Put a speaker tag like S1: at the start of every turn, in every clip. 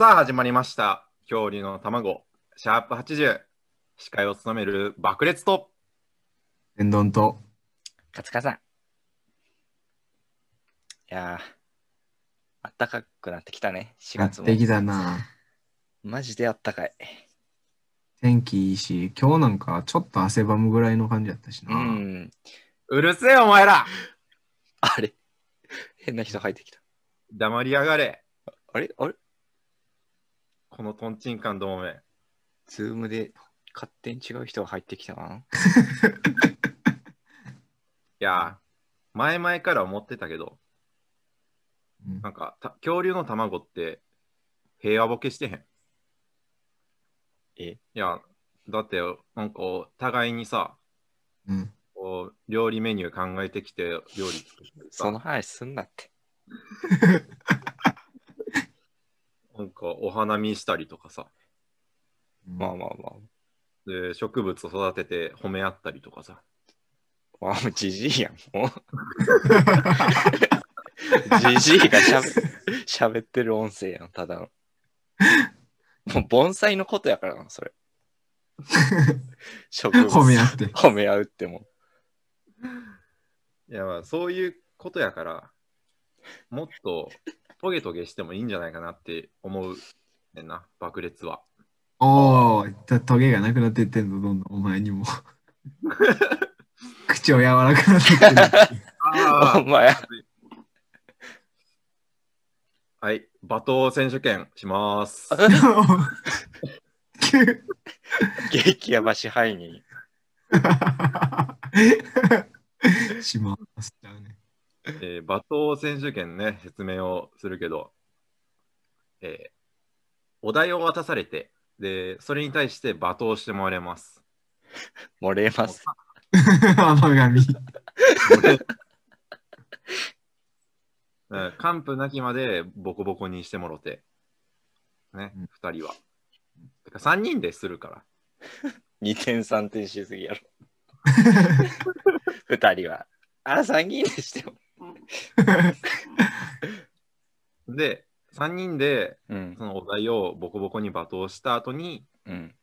S1: さあ始まりました恐竜の卵シャープ80司会を務める爆裂と
S2: 天丼と。
S3: カツカさん。いやー、あったかくなってきたね、4
S2: やっ
S3: 月も。
S2: てきたな。
S3: マジであったかい。
S2: 天気いいし、今日なんかちょっと汗ばむぐらいの感じやったし
S3: う
S2: な。
S3: ん。
S1: うるせえお前ら
S3: あれ変な人入ってきた。
S1: 黙りやがれ
S3: あれあれ
S1: このトンチンカンどもめ
S3: ズームで勝手に違う人が入ってきたな。
S1: いやー前々から思ってたけど
S2: うん
S1: なんかた恐竜の卵って平和ボケしてへん
S3: え
S1: いやだってなんか互いにさ
S2: うん
S1: こう料理メニュー考えてきて料理作ってさ
S3: その話すんなって。
S1: なんかお花見したりとかさ
S3: まあまあま
S1: で植物育てて褒め合ったりとかさ
S3: あ。まあもうじじいやん、もう。じじいがしゃべ 喋ってる音声やん、ただの。もう盆栽のことやからな、それ。植物
S2: 褒め合って
S3: 褒め合うってもう。
S1: いやまあそういうことやからもっとトゲトゲしてもいいんじゃないかなって思うねんな爆裂は
S2: おお、たトゲがなくなってってんの、どんどんお前 にも。口を柔らかくなってってる。
S3: お前、
S1: はい罵倒選手権します
S3: 激ヤバ支配人。
S2: しまっちゃうね。
S1: えー、罵倒選手権ね、説明をするけど、えーお題を渡されて、で、それに対して罵倒してもらいます。
S3: 漏れます。
S2: 甘神。
S1: うん、完膚なきまでボコボコにしてもろて、ね
S2: うん、
S1: 二、人は。てか三人でするから。
S3: 二点三点しすぎやろ。二人は。あ、三人でしても。
S1: で、三人で
S3: うん。
S1: そのお題をボコボコに罵倒した後に、
S3: うん。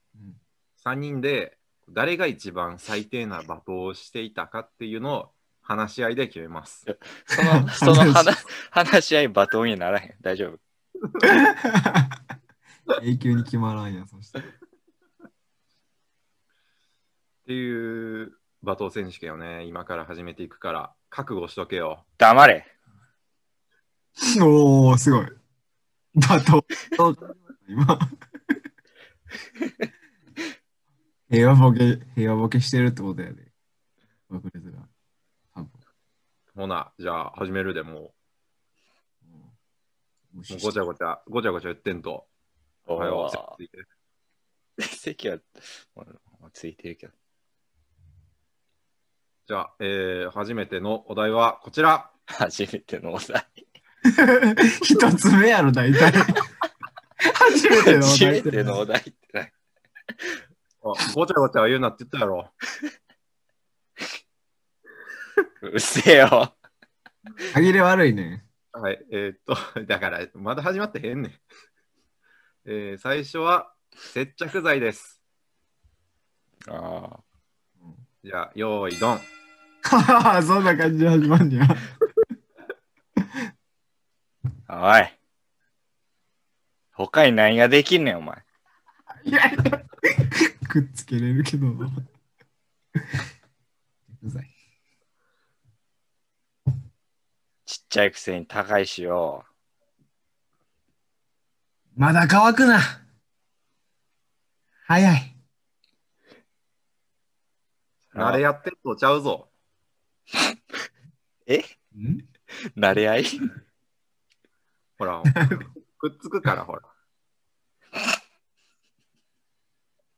S1: 三人で誰が一番最低な罵倒をしていたかっていうのを話し合いで決めます。
S3: その、その話、話し合い罵倒にならへん。大丈夫。
S2: 永久に決まらんやん、そして。
S1: っていう罵倒選手権をね、今から始めていくから、覚悟しとけよ。
S3: 黙れ。
S2: おお、すごい。だと、今。平和ボケ、平和ボケしてるってことやで。爆裂が。多分。
S1: ほな、じゃあ始めるでも
S2: もう
S1: う、
S2: 無
S1: も
S2: 視
S1: う
S2: し
S1: ごちゃごちゃ、ごちゃごちゃ言ってんと。おはよう。
S3: う。席は、もうもうついてるけど。
S1: じゃあ、えー、初めてのお題はこちら。
S3: 初めてのお題。
S2: 一つ目やろ、大体。初めての
S3: 初めてのお題ってない。
S1: あごちゃごちゃ言うなって言ったやろ。
S3: うっせえよ。
S2: 歯切れ悪いね。
S1: はい、えーっと、 だから、まだ始まってへんねん。えー、最初は接着剤です。
S3: ああ。
S1: じゃあ、用意ドン。
S2: はははそんな感じで始まんにゃ。
S3: おい。他に何ができんねん、お前。
S2: いやいやくっつけれるけどな。うざい。
S3: ちっちゃいくせに高いしよ
S2: まだ乾くな。早い。
S3: う。
S1: 慣れやってんとちゃうぞ。
S2: ん
S3: 慣れ合い
S1: ほ ら、くっつくから、ほら。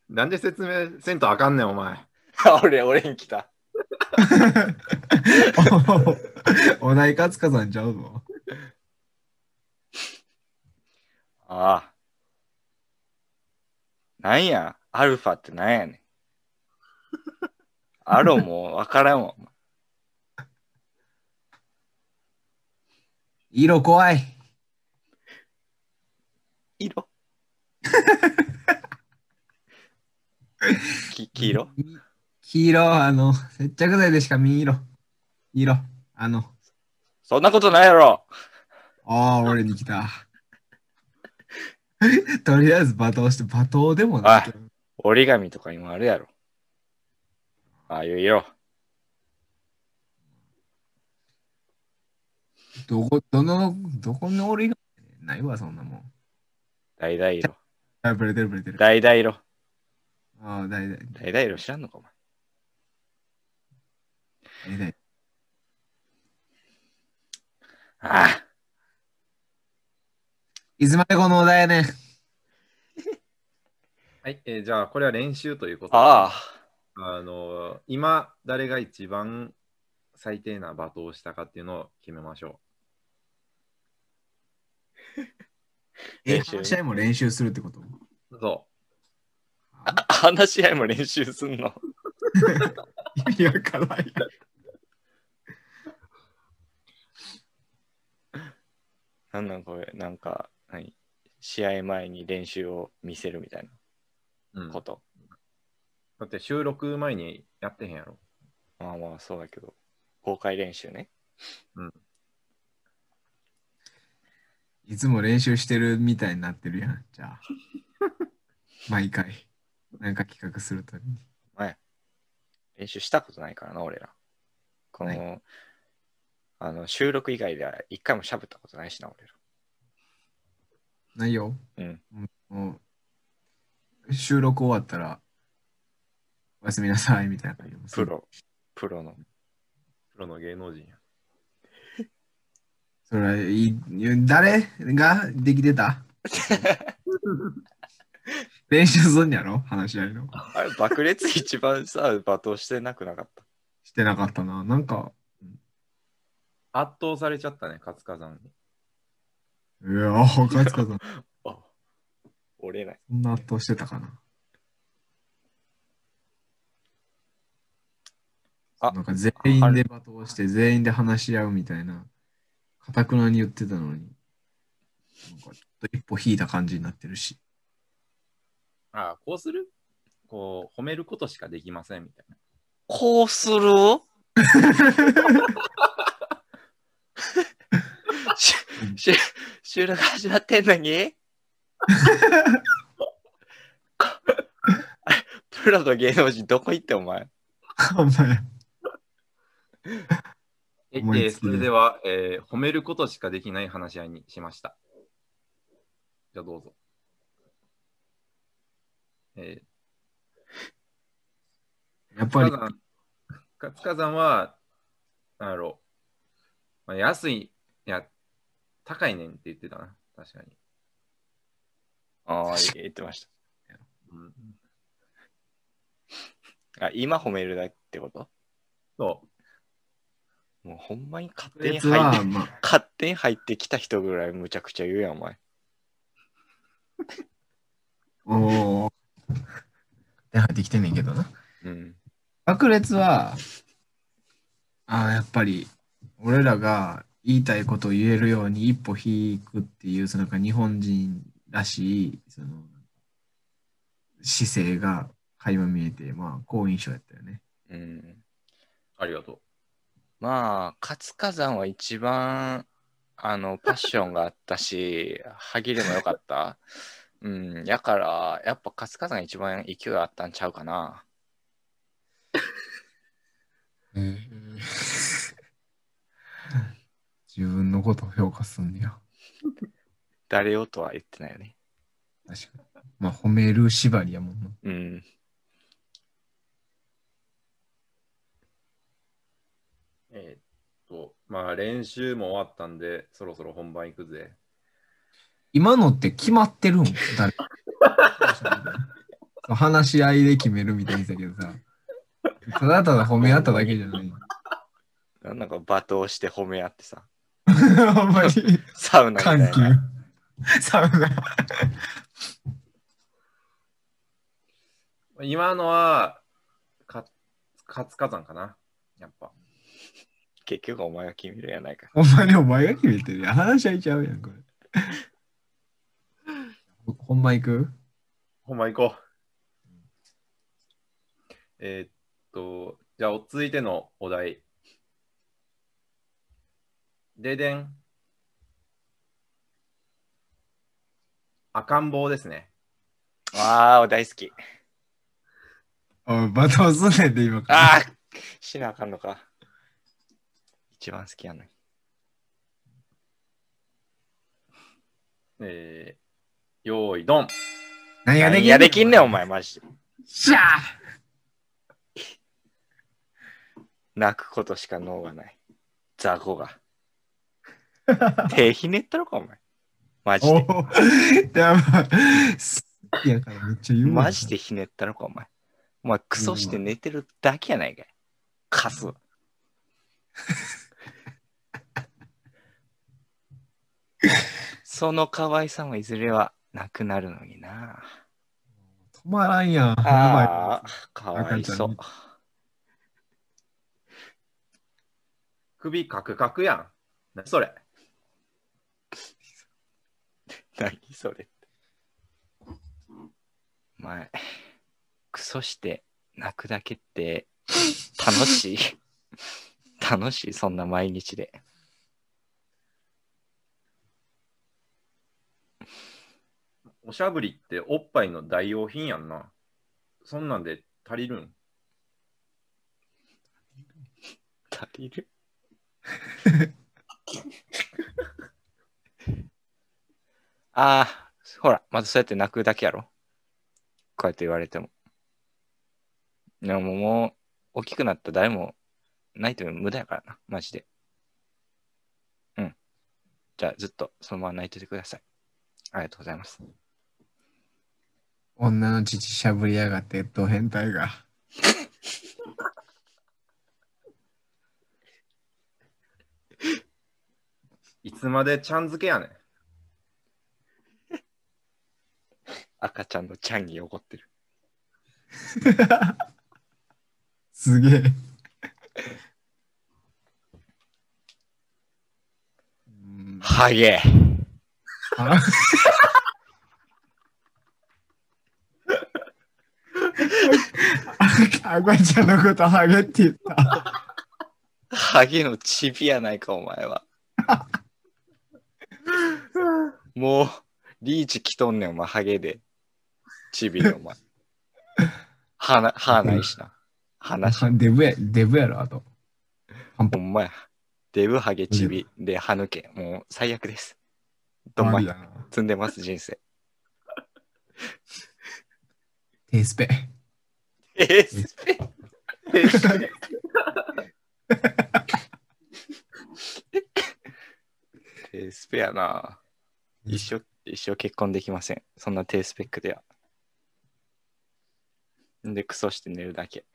S1: なんで説明せんとあかんねん、お前。
S3: 俺、俺に来た。
S2: お題かつかさんちゃうぞ。
S3: ああ。なんや、アルファってなんやねん。アロもわからんわ。お前
S2: 色怖い。
S3: 色き黄色
S2: み黄色、あの、接着剤でしか見色。色。あの、
S3: そんなことないやろ
S2: ああ、俺に来た。 とりあえず罵倒して、罵倒でもないけど。
S3: 折り紙とか今あるやろ。ああいう色。
S2: どこ、どの、どこの俺がないわ、そんなもん。
S3: 大々色。
S2: あ、ブレてるブレてる。
S3: 大々色。
S2: ああ、だいだい。
S3: 大々色知らんのかお
S2: だい
S3: 前。
S2: だい。
S3: ああ、
S2: いつまでこのお題やねん。
S1: はい、えーじゃあこれは練習ということで
S3: あ
S1: あのー今誰が一番最低な罵倒をしたかっていうのを決めましょ
S2: え、
S3: 練習
S2: 話し合いも練習するってこと
S1: う。そ。
S2: あ
S3: あ、話し合いも練習すんの。
S2: 意味わからない。
S3: なんなんこれ、なんか、何試合前に練習を見せるみたいう
S1: う、
S3: なんこ
S1: だ
S3: と。
S1: って収録前にやってへんやろ。
S3: まあまあ、そうだけど。公開練習ね。
S2: いつも練習してるみたいになってるやん、じゃあ。 毎回。なんか企画するときに。
S3: 練習したことないからな、俺ら。この、あの、収録以外では一回もしゃべったことないしな、俺ら。
S2: ないよ。
S3: うん。
S2: もう、収録終わったら、おやすみなさい、みたいな感じ。
S3: プロ、プロの。
S1: プロの芸能人や。
S2: それはいい誰ができてた練習すんやろ話し合いの。
S3: あれ、爆裂一番さ、罵倒してなくなかった。
S2: してなかったな。なんか、
S1: 圧倒されちゃったね、活火山に。
S2: うわ、勝つかさん、
S3: あ折れない。
S2: そんな圧倒してたかな。
S3: あ
S2: なんか全員で罵倒して、全員で話し合うみたいな、かたくなに言ってたのに、なんかちょっと一歩引いた感じになってるし。
S1: ああ、こうするこう、褒めることしかできませんみたいな。
S3: こうするしし収録始まってんのに こあれプロの芸能人どこ行ってお前
S2: お前
S1: え
S2: 思い
S1: えー
S2: つき
S1: そ
S2: で
S1: れでは、えー褒めることしかできない話し合いにしました。じゃあどうぞ。え
S2: やっ
S1: ー、
S2: ぱり
S1: 火、山活火山は、なんやろまあ、安い、いや、高いねんって言ってたな、確かに。
S3: ああ言ってまし
S1: うん、
S3: たあ今褒めるだけってこと
S1: そ
S3: もうほんまに勝手に
S2: 別
S3: 入っ
S2: は、
S3: て
S2: まあ、
S3: 勝手に入ってきた人ぐらいむちゃくちゃ言うやんお前
S2: おお。 で、入ってきてんねんけどな。
S3: うん
S2: 爆裂は、ああ、やっぱり、俺らが言いたいことを言えるように一歩引くっていう、そのなんか日本人らしい、その、姿勢が垣間見えて、まあ、好印象やったよね。
S3: うん
S1: う、ありがとう。
S3: まあ、活火山は一番、あの、パッションがあった し、歯切れも良かった。うん、やから、やっぱ活火山が一番勢いあったんちゃうかな。
S2: 自分のことを評価すんねや。
S3: 誰よとは言ってないよね。
S2: 確かに。まあ、褒める縛りやもんな。
S3: うん。
S1: えーっと、まあ練習も終わったんで、そろそろ本番行くぜ。
S2: 今のって決まってるん 誰そう話し合いで決めるみたいに言ってたけどさ。ただただ褒め合っただけじゃ ない。
S3: なんか罵倒して褒め合ってさ、
S2: ほんまに
S3: サウナみたい
S2: 緩
S3: な。
S2: 急。サウナ。
S1: 今のは、か活火山かな、やっぱ。
S3: 結局お前が決めるやないか。
S2: ほんまにお前が決めてるやん。話し合いちゃうやん、これ。ほほんま行く
S1: ほんま行こう。えーっと、じゃあ、続いてのお題。ででん。赤ん坊ですね。
S3: わー、大好き。
S2: おい、バトンすんねんで、今から。
S3: あー、しなあかんのか。一番好きやのに。
S1: えー、よーい、どん。
S2: 何ができん
S3: いや、できんねん、お。前、マジで。
S2: しゃー
S3: 泣くことしか脳がない。雑魚 が。手ひねったのか、お前。マジ
S2: お
S3: で。
S2: ーやばい。好きやからめっちゃ言うわ。
S3: マジでひねったのか、お前。お前、クソして寝てるだけやないかい。カス。その可愛さもいずれはなくなるのにな。
S2: 止まらんやん。や
S3: ああ
S2: ばい。、
S3: かわいそう。
S1: 首カクカクやん。なそれ。
S3: 何それって。お前、クソして泣くだけって楽しい 楽しいそんな毎日で。
S1: おしゃぶりっておっぱいの代用品やんな。そんなんで足りるん
S3: 足りる ああ、ほら、まずそうやって泣くだけやろ。こうやって言われても。でももう、大きくなったら誰も泣いても無駄やからな、マジで。うん。じゃあ、ずっとそのまま泣いててください。ありがとうございます。
S2: 女の父しゃぶりやがって、ド変態が。
S1: いつまでちゃん付け やねん。
S3: 赤ちゃんのちゃんに怒ってる。
S2: すげえ。うん
S3: はげえ。
S2: あ赤ちゃんのことハゲって言った。
S3: ハゲのチビやないか、お前は。もう、リーチ来とんねん、お前、ハゲで。チビで、お前。歯な、歯ないしな。話し。
S2: デブや、デブやろ、あと。
S3: ほんまや。デブハゲチビで歯抜け。もう、最悪です。どんま
S2: 悪い
S3: い
S2: や。な
S3: 積んでます、人生。
S2: テースペ。
S3: え低スペやな。一生、一生結婚できません。そんな低スペックでは。んで、クソして寝るだけ。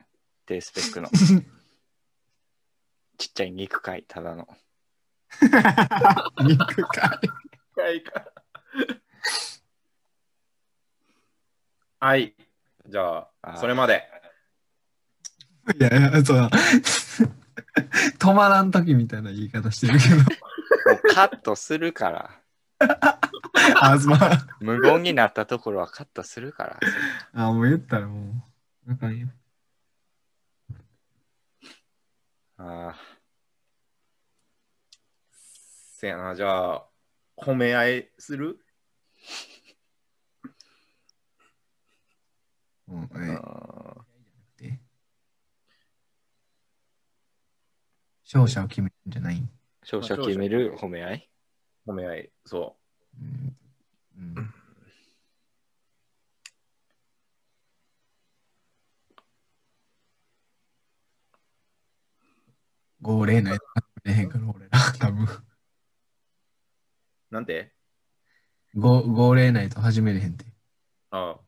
S3: 低スペック の。ちっちゃい肉塊、ただの。
S2: 肉か。
S1: はいか。はい。じゃ
S3: あ
S1: あ、
S3: ー
S1: それまで。
S2: いやいや、そう。止まらん時みたいな言い方してるけど。
S3: もうカットするから。
S2: あ、すまん。
S3: 無言になったところはカットするから。
S2: あ、もう言ったらもう。あかんよ。
S3: ああ、
S1: せやな、じゃあ、褒め合いする
S2: うん、
S3: う
S2: え
S3: ん
S2: って。勝者を決めるんじゃない
S3: 少々決める褒め合い
S1: 褒め合い。そ
S2: うん。うん号令のやつ出へんから俺ら 多分
S1: う。なんて
S2: 号号令ないと始めれへんて
S1: ああ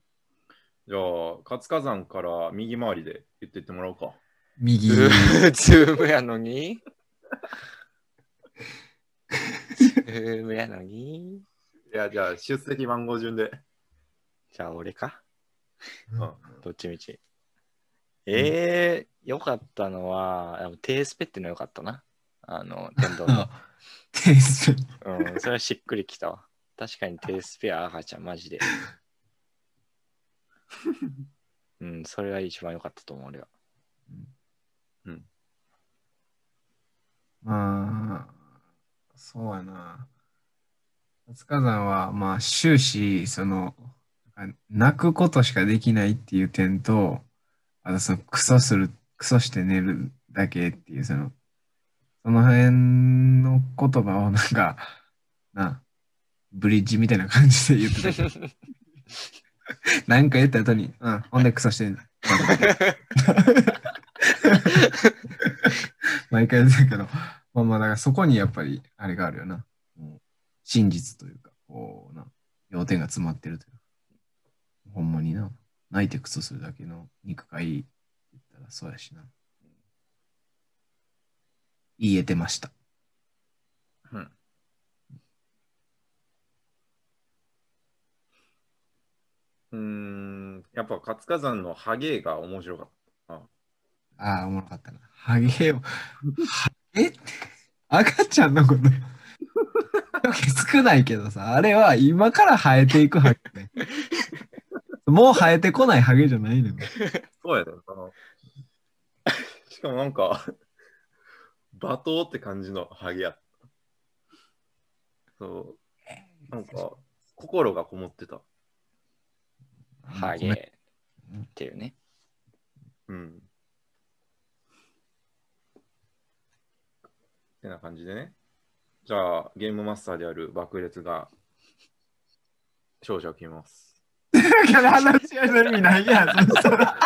S1: じゃあ、活火山から右回りで言ってってもらおうか。
S2: 右
S3: ズーズームやのに ズームやのに
S1: いや、じゃあ、出席番号順で。
S3: じゃあ俺か
S1: うん
S3: どっちみち。えー、よかったのは、でも低スペってのよかったな。あの、天 童の。
S2: あテイスペ
S3: うん、それはしっくりきたわ。確かに低スペア赤ちゃん、マジで。うん、それは一番良かったと思う、俺は。
S2: まあ、そうやな。活火山は、まあ、終始、その、なんか泣くことしかできないっていう点と、あと、その、クソする、クソして寝るだけっていう、その、その辺の言葉を、なんか、な、ブリッジみたいな感じで言ってたけど なんか言った後に、うん、ほんでクソ してんだ。毎回言ってたけど、まあまあ、だからそこにやっぱり、あれがあるよな。もう真実というか、こうな、要点が詰まってるというか。ほんまにな、泣いてクソするだけの肉がいいって言ったらそうやしな。言えてました。
S1: うん。うーん、やっぱ活火山のハゲが面白かっ
S2: ああ、おもろかったな。ハゲを、ハゲ って、赤ちゃんのこと。少ないけどさ、あれは今から生えていくハゲね。もう生えてこないハゲじゃないのよ。
S1: た。そうやね。その しかもなんか、罵倒って感じのハゲやった。そう。なんか、心がこもってた。
S3: ハゲってい うね。
S1: うん。ってな感じでね。じゃあ、ゲームマスターである爆裂が勝者を決めます。
S2: だから話し合いの意味ないやん。そしたら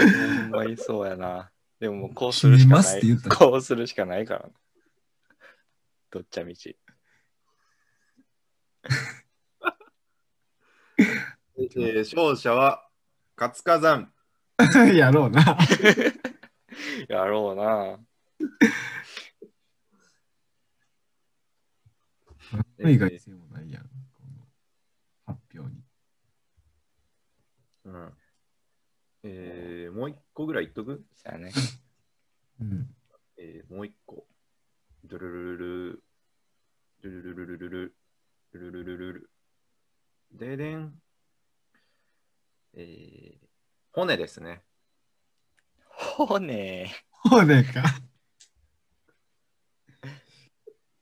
S3: ほんまにそうやな。でももうこうする
S2: 死
S3: しか
S2: にます
S3: な
S2: っ
S3: い
S2: て言った。の
S3: こうするしかないからな。どっちゃみち。
S1: えー勝者は活火山。
S2: やろうな。
S3: やろうな。
S1: え
S2: 意外性もないやん。この発表に。
S1: うんえーもう一個ぐらい言っとく、
S3: そ うやね。
S2: うん。
S1: えーもう一個。ドゥルルルル。ドゥルルルルルル。ドゥルルルルル。ででん。えー骨ですね。
S3: 骨。
S2: 骨か。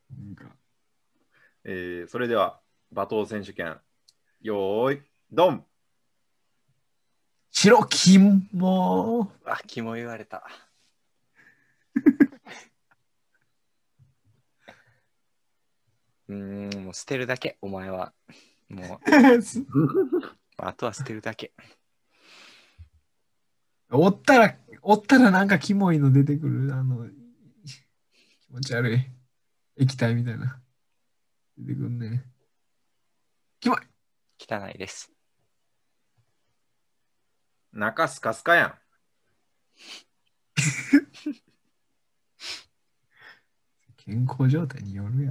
S2: なんか、
S1: えーそれでは、罵倒選手権、よーい、ド ン
S2: 白金も。
S3: あ、キモ言われた。うーん、もう捨てるだけ、お前は。もう、あとは捨てるだけ。
S2: おったら、おったらなんかキモいの出てくる。あの、気持ち悪い。液体みたいな。出てくんね。
S3: 汚いです。
S1: 中スカスカやん。
S2: 健康状態によるやん。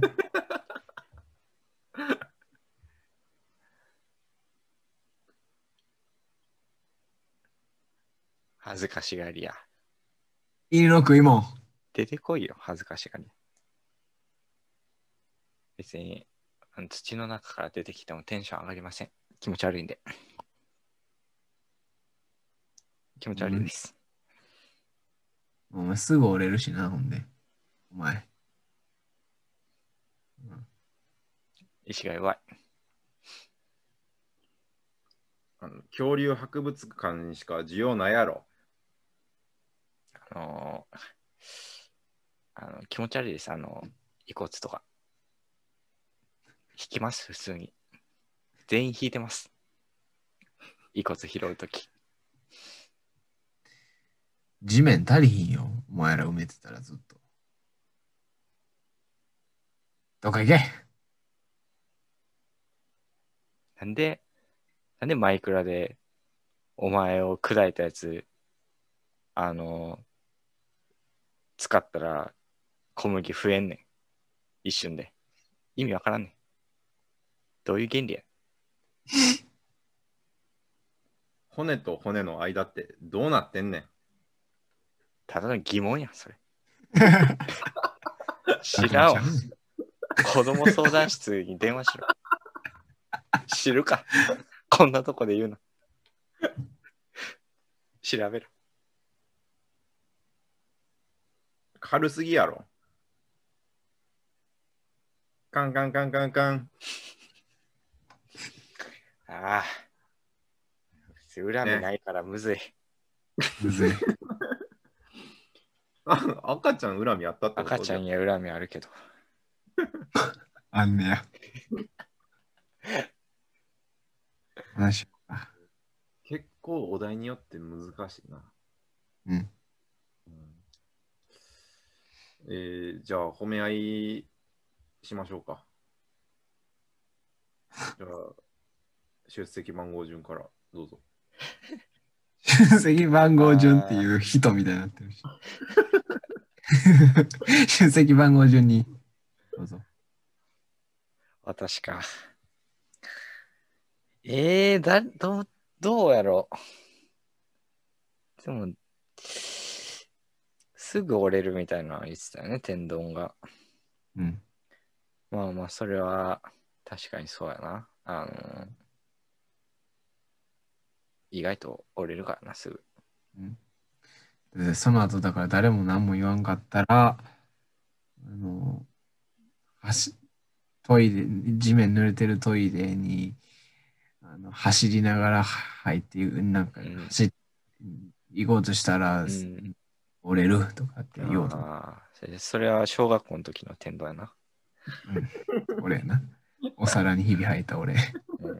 S3: 恥ずかしがりや。
S2: 犬の食いもん。
S3: 出てこいよ、恥ずかしがり。別に、あの土の中から出てきてもテンション上がりません。気持ち悪いんで。気持ち悪いです。
S2: お前すぐ折れるしな、ほんで。お前。うん
S3: 意志が弱い。
S1: あの恐竜博物館にしか需要ないやろ。
S3: あのーあの気持ち悪いです。あの、遺骨とか。引きます、普通に。全員引いてます。遺骨拾うとき。
S2: 地面足りひんよ。お前ら埋めてたらずっと。どっか行け
S3: なんで、なんでマイクラで、お前を砕いたやつ、あの、使ったら小麦増えんねん。一瞬で。意味わからんねん。どういう原理や
S1: 骨と骨の間ってどうなってんねん。
S3: ただの疑問やん、それ。知らんわ。子供相談室に電話しろ。知るか。こんなとこで言うの。調べる。
S1: 軽すぎやろ。カンカンカンカンカン。
S3: ああ。恨みないからむずい。
S2: むずい。
S1: あ赤ちゃん恨みあったってこと
S3: 赤ちゃん
S1: じ
S3: や恨みあるけど。
S2: あんねや。話。
S1: ゃ結構お題によって難しいな。
S2: うん。
S1: うんえーじゃあ褒め合いしましょう か。じゃあ出席番号順からどうぞ。
S2: 出席番号順っていう人みたいになってる し。 出席番号順に。どうぞ。
S3: 私か。えー、だ、どう、どうやろう。でも、すぐ折れるみたいなの言ってたよね、天丼が。
S2: うん。
S3: まあまあ、それは確かにそうやな。あのー意外と折れるからな、すぐ。
S2: でその後だから誰も何も言わんかったら、あの、走トイレ、地面濡れてるトイレに、あの走りながら入っていく、なんか
S3: うん
S2: 走っ、行こうとしたら、
S3: ん
S2: 折れるとかって言おうと思
S3: ああ、それそれは小学校の時の天丼や
S2: う。
S3: な。
S2: 俺やな。お皿にひび入った俺。
S3: う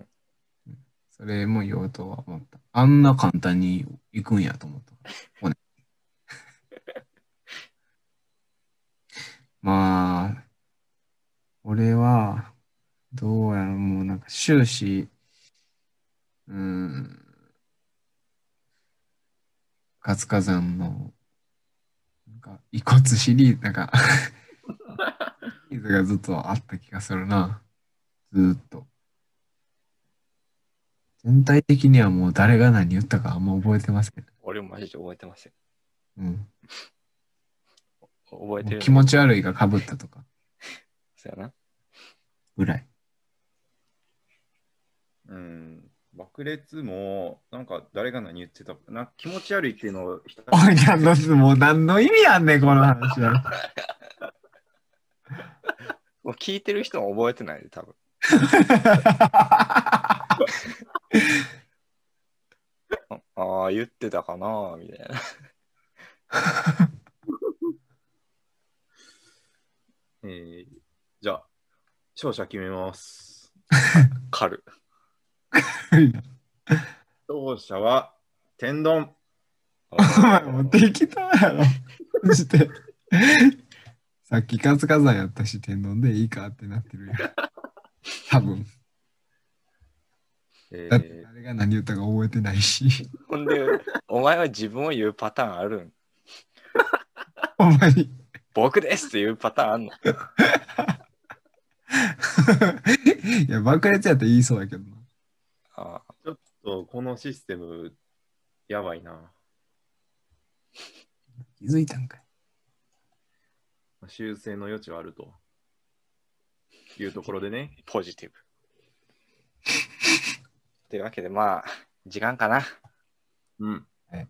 S3: ん、
S2: それも言おうとは思った。あんな簡単に行くんやと思った。骨まあ、俺は、どうやらもうなんか終始、うーん、活火山の、なんか遺骨シリーズ、なんか、シリーズがずっとあった気がするな。ずーっと。全体的にはもう誰が何言ったかあんま覚えてません。
S3: 俺もマジで覚えてません。
S2: うん。
S3: 覚
S2: も
S3: えてる
S2: う
S3: の
S2: 気持ち悪いがかぶったとか
S3: そうやな。
S2: ぐ らい。
S1: うん。爆裂も、なんか誰が何言ってたかな、気持ち悪いっていうのを ひた
S2: おい、何の、もう何の意味あんねん、この話は。
S3: もう聞いてる人も覚えてないで、多分。ああ、言ってたかなみたいな。
S1: えーじゃあ、勝者決めます。
S3: 軽る。
S1: 勝者は天丼。
S2: お前 もう適当やろ。マジで。さっきカツカザンやったし、天丼でいいかってなってるやん。多分。
S1: え
S2: だって
S1: ー
S2: 誰が何言ったか覚えてないし。
S3: ほんで、お前は自分を言うパターンあるん。
S2: ほんまに。
S3: 僕ですっていうパターンあんの。
S2: いや、爆裂やったら言いそうやけどな。
S3: ああ
S1: そうこのシステム、やばいな。
S2: 気づいたんかい。
S1: 修正の余地はあると。いうところで ね。
S3: ポジティブ。というわけで、まあ、時間かな。
S1: うん。
S2: い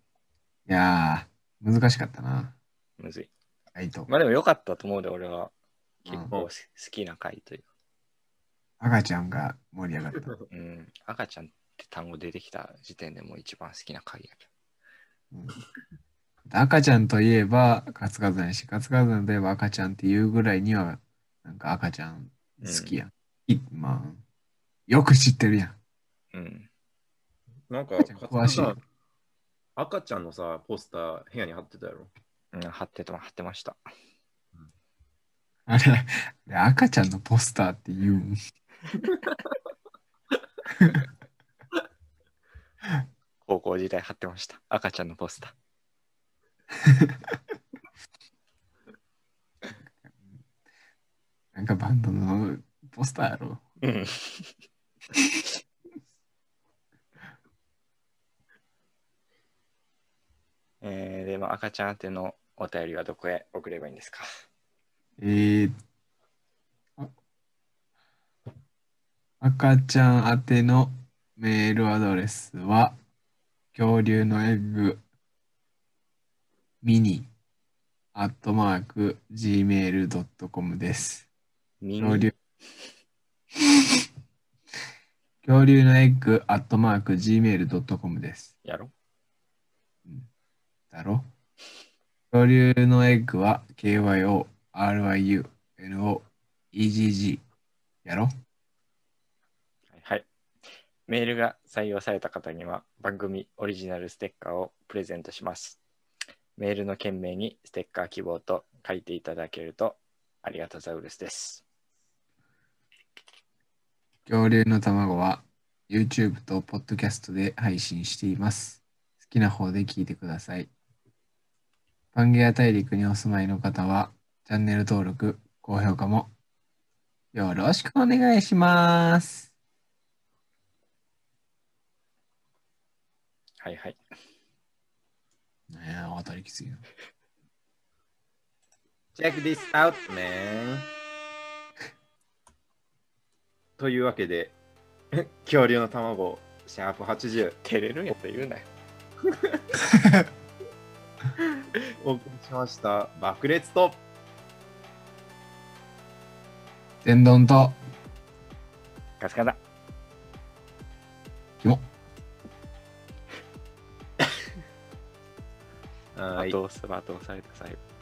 S2: やー、難しかったな。
S3: むずい。
S2: 回答。
S3: まあでも良かったと思うで、俺は。結
S2: うん
S3: 構す好きな回というか。
S2: 赤ちゃんが盛り上がった。
S3: うん。赤ちゃんって単語出てきた時点でもう一番好きな回やけ
S2: うん赤ちゃんといえば、カツカザンやし、カツカザンといえば赤ちゃんっていうぐらいには、なんか赤ちゃん好きやん。いまあ、よく知ってるやん。
S3: ど。うん。
S1: なんか、
S2: 赤ちゃん詳しい
S1: 勝俣さん赤ちゃんのさ、ポスター、部屋に貼ってたやろ。
S3: うん、貼ってた、貼ってました。
S2: あれ、あれ赤ちゃんのポスターって言うん。
S3: 高校時代貼ってました。赤ちゃんのポスター。
S2: なんかバンドのポスターやろ。
S3: うん。 えー、でも赤ちゃん宛てのお便りはどこへ送ればいいんですか
S2: えー、あ赤ちゃん宛てのメールアドレスは、恐竜のエッグミニアットマーク gmail.com です。
S3: ミ
S2: 恐
S3: ニ
S2: 竜恐竜のエッグアットマーク gmail.com です。
S3: やろ
S2: だろ恐竜のエッグは KYORYUNOEGG やろ
S3: はいはい。メールが採用された方には番組オリジナルステッカーをプレゼントします。メールの件名にステッカー希望と書いていただけるとありがたザウルスです。
S2: 恐竜の卵は YouTube と Podcast で配信しています。好きな方で聞いてください。パンゲア大陸にお住まいの方はチャンネル登録、高評価もよろしくお願いします。
S3: はいはい。
S2: ねえ、渡りきついな。
S1: Check this out, man. というわけで、 恐竜の卵、シャープ80、
S3: 照れるんやったら言うなよ。
S1: お送りしました。爆裂と、
S2: 天丼と
S3: カツカだ。
S2: 肝。
S1: はーい
S3: 後押しは後押された最後。